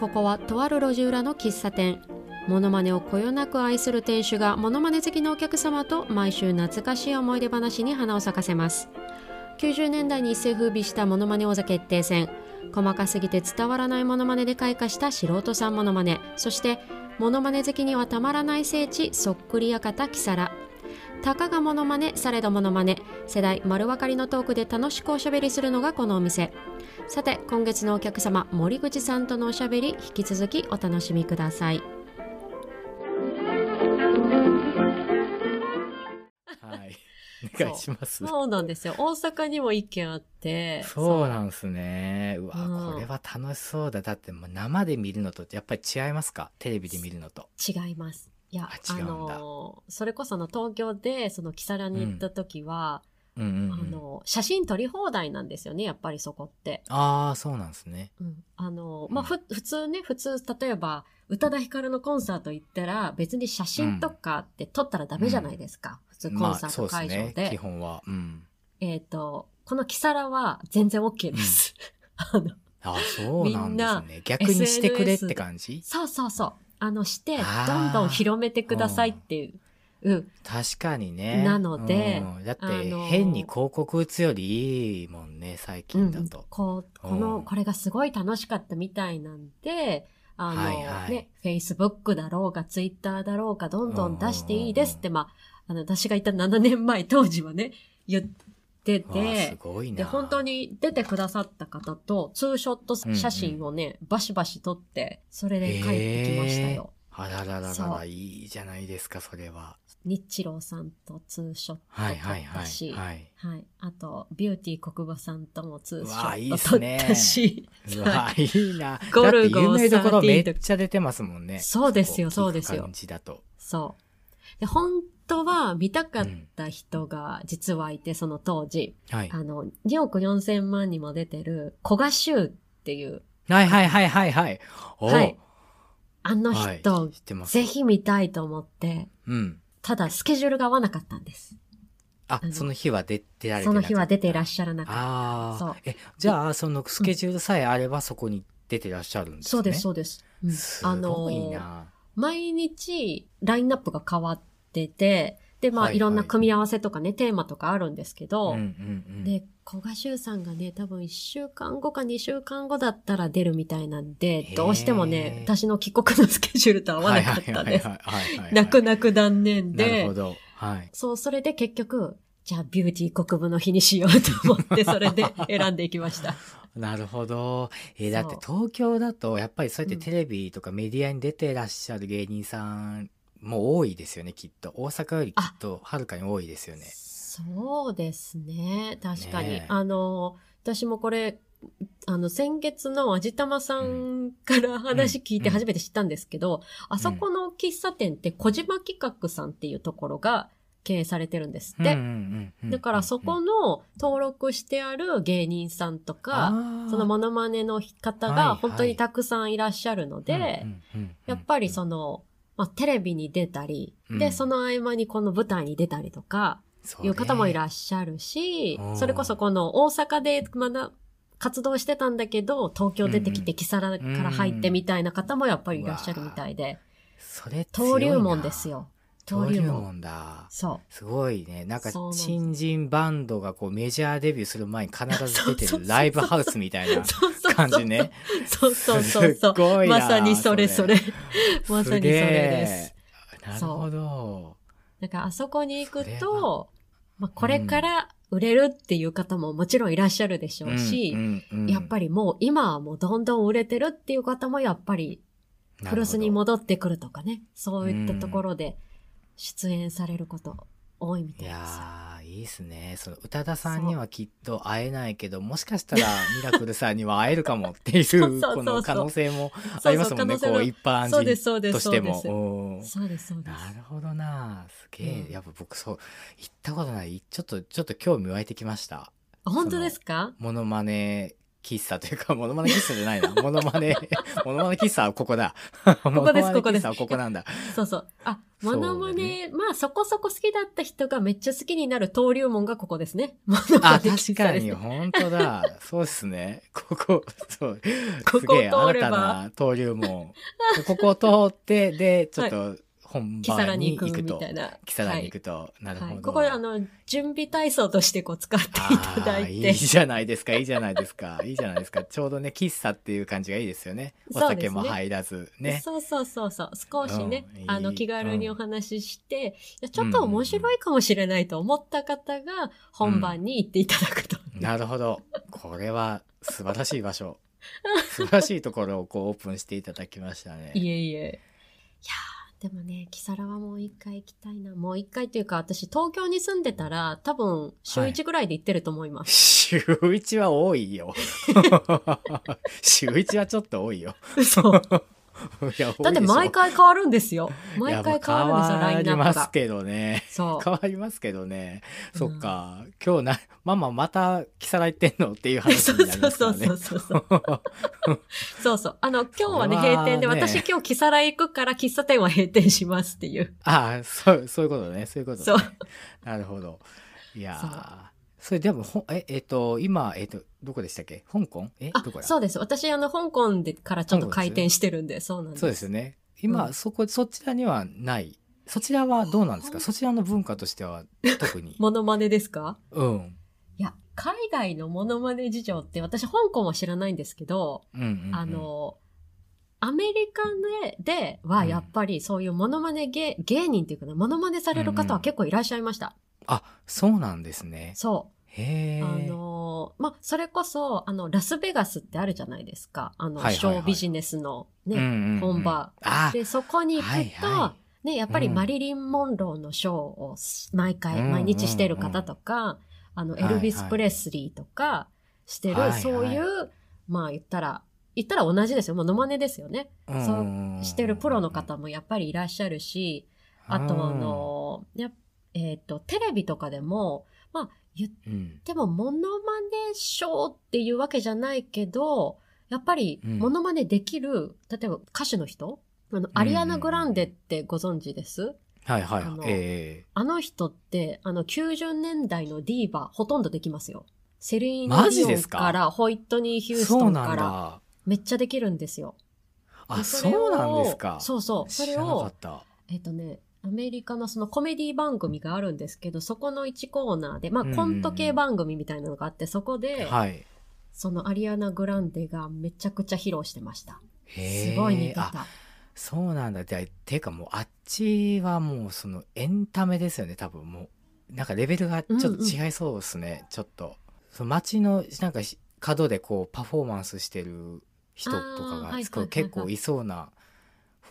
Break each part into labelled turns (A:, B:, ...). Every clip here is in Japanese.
A: ここはとある路地裏の喫茶店モノマネをこよなく愛する店主がモノマネ好きのお客様と毎週懐かしい思い出話に花を咲かせます90年代に一世風靡したモノマネ王座決定戦細かすぎて伝わらないモノマネで開花した素人さんモノマネそしてモノマネ好きにはたまらない聖地そっくり館キサラたかがモノマネされどモノマネ世代丸分かりのトークで楽しくおしゃべりするのがこのお店さて今月のお客様森口さんとのおしゃべり引き続きお楽しみください
B: はい。お願いします。
A: そうなんですよ大阪にも一軒あって
B: そうなんですね。うわ、
A: うん
B: これは楽しそうだ。だってもう生で見るのとやっぱり違いますかテレビで見るのと。
A: 違いますいや
B: あ
A: あ
B: 違うんだ
A: のそれこそあの東京でその木更に行った時は、
B: うんうん、
A: あ
B: うん。
A: の写真撮り放題なんですよねやっぱりそこって。
B: ああ、そうなんですね。
A: うん、あのまあ、ふ普通ね普通例えば宇多田ヒカルのコンサート行ったら別に写真とかって撮ったらダメじゃないですか、普通コン
B: ま
A: サ
B: あ
A: ー
B: そう
A: ト
B: です
A: 会場で。
B: ね。基本は。うん。
A: えっ、とこの「キサラ」は全然 OK です。あの
B: ああ、そうなんですね。逆に
A: SNS
B: してくれって感じ
A: そうそうそうあのして
B: あー
A: どんどん広めてくださいっていう。うん、
B: 確かにね。
A: なので
B: うんだって
A: あの
B: 変に広告打つよりいいもんね、最
A: う
B: 近だ
A: ん
B: と。、
A: こうこの
B: うん
A: これがすごい楽しかったみたいなんであの、
B: はいはい
A: ね Facebook だろうが Twitter だろうがどんどん出していいですって、まあ、あの私がいた7年前当時はね言って
B: わあす
A: て
B: ごいな。
A: で本当に出てくださった方とツーショット写真をね、バシバシ撮ってそれで帰ってきましたよ。
B: あらららら
A: そ
B: ら、いいじゃないですか、それは。
A: 日郎さんとツーショット
B: はい
A: 撮
B: はい
A: っ
B: は
A: たし、
B: い。はい。
A: はい。あと、ビューティー国母さんともツーシ
B: うわい
A: ョ
B: いっ
A: ット
B: す
A: 撮
B: ね
A: ったし。
B: うわ、いいな。
A: ゴル
B: だ
A: ゴ
B: って有名どころめ
A: 13
B: っちゃ出てますもんね。
A: そうですよ
B: こ
A: そうですよ
B: 聞く感じだと。
A: そう。で、本当は見たかった人が実はいて、その当時。
B: はい。
A: あの、2億4千万にも出てる、古賀修っていう、
B: はいはいはいはいはい。おう
A: はいあの
B: はい
A: 人、
B: 知ってます。
A: ぜ。ひ見たいと思って、
B: うん。
A: ただスケジュールが合わなかったんです。
B: あ
A: あ、の
B: その日は出てられて
A: その日は出ていらっ
B: ゃ
A: しゃらなかっ
B: あ
A: そう
B: あ。え、じゃあ、そのスケジュールさえあればそこに出てらっしゃるんで
A: た。
B: す
A: そ
B: ね。
A: うです、そうです。うん
B: すごい
A: あの
B: な。
A: 毎日ラインナップが変わってて、で、ま
B: はい
A: あ
B: はい
A: いろんな組み合わせとかね、テーマとかあるんですけ
B: う
A: ど、
B: んうんうん。
A: で、古賀修さんがね、多分1週間後か2週間後だったら出るみたいなんで
B: へ、ー
A: どうしてもね、私の帰国のスケジュールと合わなかったんです
B: は。いはいはいはいはいは い
A: 泣く泣く断念
B: なる
A: で
B: ほ、ど。はい。
A: そう、それで結局、じゃあビューティー国分の日にしようと思って、それで選んでいきました。
B: なるほど。えー
A: そ
B: だ
A: う
B: って東京だと、やっぱりそうやっ
A: う
B: て
A: ん
B: テレビとかメディアに出てらっしゃる芸人さんも多いですよね、きっと。大阪よりきっとはるかに多いですよね。
A: そうですね。確かに。
B: ねえ
A: あの、私もこれ、あの、先月の味玉さんから話聞いて初めて知ったんですけど、あそこの喫茶店って小島企画さんっていうところが経営されてるんですって。だからそこ
B: の
A: の登録してある芸人さんとか、そのモノマネの方
B: はいは
A: が
B: い
A: 本当にたくさんいらっしゃるので、やっぱりそ
B: の、
A: の、まあ、テレビに出たり、
B: う
A: で、
B: ん
A: その合間にこの舞台に出たりとか、
B: そ
A: いう方もい
B: っ
A: らっしゃるし
B: う、ん
A: それこそこの大阪でまだ活動してたんだけど、東京出てき
B: うんう
A: て
B: ん
A: 木更津から入ってみたいな方もやっぱりいらっしゃるみたいで、
B: それ
A: 登竜門
B: 強いな
A: です。よ。登
B: 登
A: 竜
B: 竜
A: 門。
B: 門だ。
A: そ
B: すごいね。なんか
A: そうなんです
B: 新人バンドがこうメジャーデビューする前に必ず出
A: そ
B: て
A: うそうそうそう。
B: るライブハウスみたいうな
A: そうそうそう。
B: 感じね。。
A: そうそうそう
B: す
A: そ
B: っご
A: う。
B: いな
A: まさにそれそれ。まさにそれです
B: げえ。なるほど。
A: なんかあそこに行く
B: それ
A: と、まあ、これから売れるっていう方ももちろんいらっしゃるでしょうし、やっぱ
B: り
A: りもう今はもうどんどん売れてるっていう方もやっぱり古巣に戻ってくるとかね、そういったところで出演されること多いみたいで
B: い
A: すよ。
B: やーいいですね。その宇多田さんにはきっと会えないけど、もし かしたらミラクルさんには会えるかもってい
A: そう
B: う、
A: そうそうそう
B: この可能性もありますもんね、
A: そうそう可能性も
B: こう一般
A: そうです、
B: 人
A: そうで
B: と
A: す、
B: し
A: そ
B: て
A: うで
B: も。
A: す。
B: うん
A: そうです、そうで
B: な
A: す。
B: るほどなすげえ、
A: うん
B: やっぱ僕そう、行ったことない。ちょっと、ちょっと興味湧いてきました。
A: あ本当ですか
B: モノマネ喫喫茶というか、モ ノマネ喫茶じゃない な。モノマネ、モノマネ喫茶はここだ。
A: ここです
B: モノマネ
A: ここです
B: 喫茶はここ なんだ。
A: そうそう。あ、
B: そ
A: モ
B: うだね
A: ノマネ、まあそこそこ好きだった人がめっちゃ好きになる登竜門がここですね。モノマ
B: あ、
A: ネ喫茶
B: 確か
A: です
B: に、
A: ね。
B: 本当だ。そうですね。ここ、そう。
A: こ
B: す
A: こを
B: げえ、
A: 通
B: 新
A: れ
B: た
A: ば、
B: な登 竜門。ここを通って、で、ちょっと本
A: キサラ
B: 番
A: に
B: に
A: 行
B: 行
A: く
B: く
A: み
B: と。
A: たいな。
B: キサラに行
A: く。
B: くと。なる
A: は
B: ほ
A: い。
B: ど。
A: ここ、あの、準備体操としてこう使ってい ただい
B: あーい
A: て。
B: じゃないですかいいじゃないですかいいじゃないですかちょうどね喫茶っていう感じがいいですよねお
A: そうですね
B: 酒も入らずね
A: そうそうそうそう。少しね、
B: うん
A: あの、
B: いい
A: 気軽にお話しして、いやちょっと面白いかもしれないと思った方が、本番に 行っていただくと。
B: なるほどこれは素晴らしい 場所素晴らしいところをこうオープンしていただきましたね
A: いえいえ。いやーでもね、木更はもう一回行きたいな。もう一回というか、私、東京に住んでたら、多分、週
B: はい
A: 1ぐらいで行ってると思い ます。
B: 週一は多いよ 週一はちょっと多いよ
A: 嘘
B: いや
A: だ
B: 多い
A: って
B: でしょ
A: 毎回変わるんですよ。毎回変わるんですよ、
B: いや
A: ラインナッ
B: 変わり
A: プ
B: ます
A: が。
B: けどね
A: そ
B: 変わりますけどね、
A: うん
B: そっか今日なママまた木更行ってんのっていう
A: う。
B: 話
A: そう
B: になり
A: そ
B: ま
A: う
B: す
A: そ
B: か
A: う
B: ら
A: そう
B: ね
A: そうそう。そうそう。あの、今日はね、
B: それはね
A: 閉店で、私今日、木更行くから、喫茶店は閉店しますっていう。
B: ああそうそういうことねそういうこと、ね、
A: そう。
B: なるほどいや
A: そう
B: ーそれでもほええっ、と今えっ、とどこでしたっけ香港え
A: あ
B: どこ、だ
A: そうです。私、あの、香港でからちょっと
B: 香港です
A: 開
B: ね
A: 店してるんで、そうなんです。
B: そうですよね今、
A: うん
B: そこそちらにはないそちらはどうなんですかそちらの文化としては 特に
A: モノマネですか
B: うん
A: いや、海外のモノマネ事情って、私、香港は知らないんですけど、
B: うんうんうん
A: あの、アメリカででは、
B: うん
A: やっぱりそういうモノマネ芸芸人っていうかな、モノマネされる方は結構いらっしゃいました。
B: あそうなんですね
A: そう。
B: へえ
A: あの、まあ、それこそ、あの、ラスベガスってあるじゃないですか。あの、
B: はいはいはい
A: ショービジネスのね、本場。
B: あ
A: で、そこに行くと、
B: はいは
A: ね、やっぱり
B: うん
A: マリリン・モンローのショーをし毎回、
B: うん
A: 毎日してる方とか、あの、
B: はいは
A: エ
B: い
A: ルビス・プレスリーとかしてる、
B: はいはい
A: そういう、まあ言ったら、言ったら同じですよ。モノマネですよね。
B: い、
A: そうん
B: んん
A: してるプロの方もやっぱりいらっしゃるし、あとあ、の、やっえっ、と、テレビとかでも、
B: うん
A: でもモノマネショーっていうわけじゃないけど、やっぱり
B: うん
A: モノマネできる、例えば歌手の人あの、アリアナ・グランデってご存知です
B: はいはい
A: あの
B: え
A: あの人って、あの、90年代のディーバ、ほとんどできますよ。セリーナ・
B: マ
A: デ
B: ジ
A: ィ
B: で
A: オン
B: すか
A: から、ホイットニー・ヒ
B: え
A: ュース
B: そ
A: ト
B: う
A: ン
B: な
A: か
B: ん
A: ら、
B: だ
A: めっちゃできるんですよ。
B: あ
A: で
B: そ
A: れを
B: うなんですか
A: そうそう。それ
B: 知らなか
A: を
B: っ、た
A: えっ、とね、アメリカのそのコメディ番組があるんですけど、そこの1コーナーで、まあ
B: うんうんうん
A: コント系番組みたいなのがあって、そこで、
B: はい
A: そのアリアナ・グランデがめちゃくちゃ披露してました。
B: へえ
A: すごい似て
B: あ
A: た。
B: そうなんだ。でていうかもうあっちはもうそのエンタメですよね多分もうなんかレベルがちょっと違いそうですね、ちょっとその街のなんかし角でこうパフォーマンスしてる人とか
A: あーはい
B: がすご
A: はいい
B: 結
A: は
B: 構
A: い
B: いそうな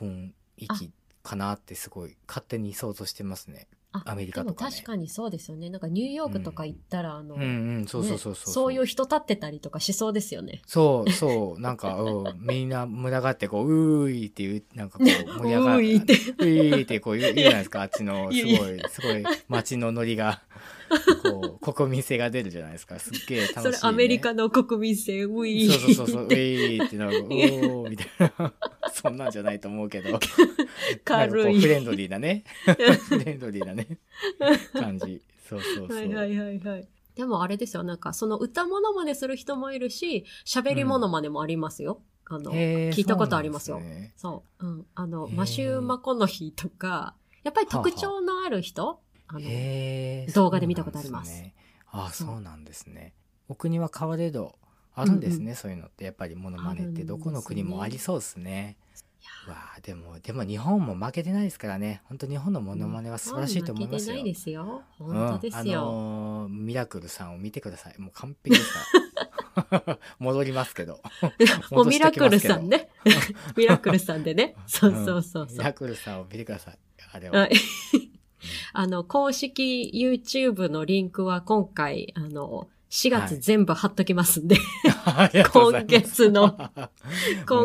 B: 雰囲気かなってすごい勝手に想像してますね。
A: あ
B: アメリカとか
A: で
B: ね
A: も確かにそうですよね。なんかニューヨークとか行ったら、あの、
B: うんうんそうそうそうそう、
A: ねそういう人立ってたりとかしそうですよね。
B: そうそうなんか、うん、みんな群がってこう「うーい」っていうなんかこう盛り上が
A: ういって。
B: ウィーってこう言う言うじゃないですか、あっちの、すごい、すごい街のノリが、こう、国民性が出るじゃないですか。すっげえ楽しい、ね。
A: それアメリカの国民性、ウィー
B: そうそうそう そう、ウ
A: って
B: ィーっ てなんか、おーみたいな。そんなんじゃないと思うけど、なんか
A: 軽
B: こ
A: い。
B: うフレンドリーなね、フレンドリーなね、感じ。そうそうそう。
A: はいはいはいはい。でもあれですよ、なんかその歌モノマネする人もいるし、喋りモノマネもありますよ。あの、
B: へー
A: 聞いたことありますよ
B: そうなんでね
A: そう、うん。あの、
B: へー
A: マシュー・マコノヒとか、やっぱり特徴のある人、あの、
B: へー
A: 動画で見たことあります
B: そうなんですねあ
A: そう
B: そうなんですね。お国は変われど、あるんですね、
A: うん
B: そういうのって。やっぱりモノマネってどこの国
A: あ
B: も
A: る
B: あ
A: んですね
B: りそうですね。わあでも、でも日本も負けてないですからね。本当日本のモノマネは素晴らしいと思います
A: 負けて
B: よ。
A: ないですよ。
B: うん
A: 本当です
B: あ
A: よ。
B: のーミラクルさんを見てください。もう完璧ですから。 戻りますけど。
A: もう
B: 戻
A: ミ
B: して
A: ラ
B: き
A: ク
B: ま
A: ル
B: すけど
A: さん。ね。 ミラクルさんでね。そうそうそう
B: ミ
A: そう
B: ラ。クルさんを見てください。あれは。
A: はい。あの、公式 YouTube のリンクは今回、あの、4月全部貼っときます んで、
B: ありがとうございます
A: 今月の 今
B: も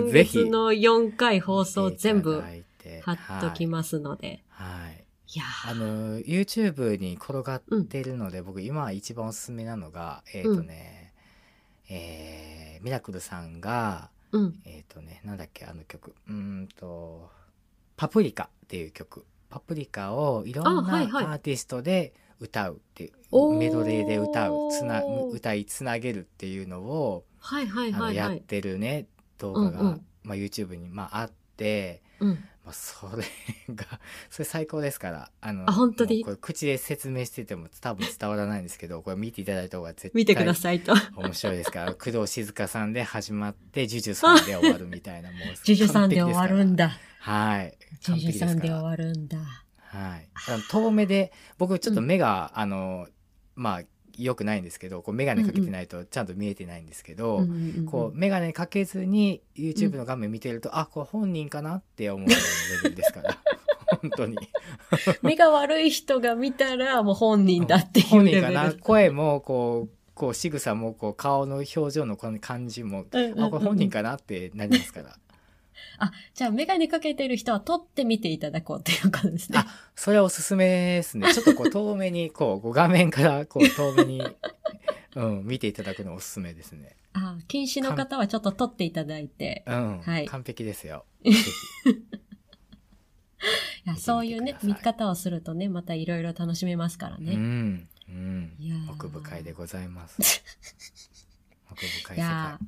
B: うぜひ
A: 月の4回放送全部
B: 見ていた
A: 貼
B: だ
A: っ
B: いて
A: ときますので。
B: はいはい
A: いやー
B: あの YouTube に転がってるので、僕今一番おすすめなのがえっ、とね、えーミラクルさんが、
A: うん。
B: えっ、とね、なんだっけ、あの曲。うーんと、パプリカっていう曲。パプリカをいろんな
A: あ
B: ア
A: はいはい
B: ーティストで歌うっていう、
A: おー
B: メドレーで歌う、つな、歌いつなげるっていうのを、
A: はいはい
B: あの
A: はい
B: や
A: は
B: っ
A: い。
B: てるね、動画が、
A: うんうん
B: まあ YouTube に、まああって、
A: うん。
B: まあ、それが、 それ最高ですから、あの、
A: あ本当に
B: もうこれ口で説明してても多分伝わらないんですけど、これ見ていただいた方が絶対
A: 見てくださいと。。
B: 面白いですから、工藤静香さんで始まって、ジュジュさんで終わるみたいな、もう
A: ジュジュさんで終わるん
B: だ。
A: だ。
B: はい。
A: ジュジュさんで終
B: る。
A: わるんだ。
B: はい。あの遠目で、僕ちょっと目が、あの、まあ、良くないんですけど、こう、眼鏡かけてないとちゃんと見えてないんですけど、
A: うんうんうん
B: こう、眼鏡かけずに YouTube の画面見てると、あ、これ本人かなって思うレベルです から。本当に。
A: 目が悪い人が見たらもう本人だっていう
B: 本
A: レベ
B: 人
A: ル。
B: かな声も、こう、こう、仕草も、こう、顔の表情のこの感じも、
A: うんうんうん
B: あ、これ本人かなってなりますから。
A: あ、じゃあメガネかけてる人は撮ってみていただこうっていうことですね
B: あ。それはおすすめですね。ちょっとこう遠目に、こう、こう画面からこう遠目に、うん、見ていただくのおすすめですね。
A: あ、禁止の方はちょっと撮っていただいて。
B: うん、
A: はい
B: 完璧ですよ。
A: いや
B: 見てみて
A: そういう
B: く
A: ね
B: だ、さい
A: 見方をするとね、またいろいろ楽しめますから
B: う
A: ね。
B: ん、うん
A: いやー、
B: 奥深いでございます。奥深い
A: い
B: 世
A: や
B: 界。
A: ー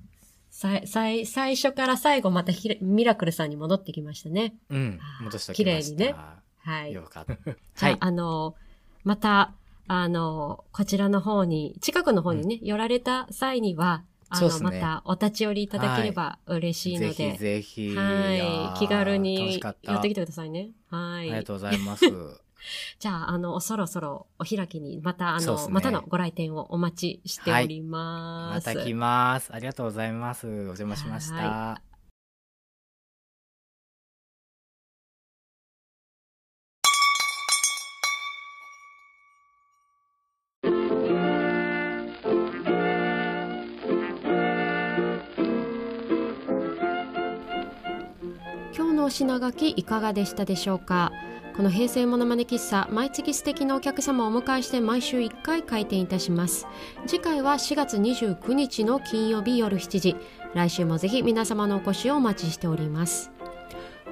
A: さいさい最初から最後またひれミラクルさんに戻ってきましたね。
B: うん、戻しておきました。
A: 綺麗にはい。
B: よかった。
A: じ
B: は
A: ゃあ、
B: い。
A: あの、また、あの、こちらの方に、近くの方にね、寄られた際には、あ
B: そう
A: の、
B: っす
A: ま
B: ね
A: たお立ち寄りいただければ嬉しい
B: ぜ
A: ので、
B: ひぜひ。
A: はい
B: やー
A: 気軽
B: 楽
A: に
B: しかった
A: 寄ってきてくださいね。は
B: あ
A: い。
B: りがとうござい ます。
A: じゃあ、あの、そろそろお開きに、また、あ
B: そうっ
A: の、
B: すね
A: またのご来店をお待ちしておりま。
B: ますた来ます。ありがとうございます。お邪魔しました
A: は。今日のお品書きいかがでしたでしょうかこの平成ものまね喫茶毎月素敵なお客様をお迎えして毎週1回開店いたします次回は4月29日の金曜日夜7時来週もぜひ皆様のお越しをお待ちしております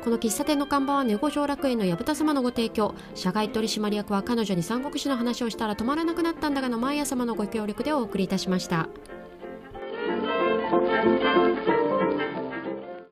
A: この喫茶店の看板は猫上楽園の薮田様のご提供社外取締役は彼女に三国志の話をしたら止まらなくなったんだがの毎朝様のご協力でお送りいたしました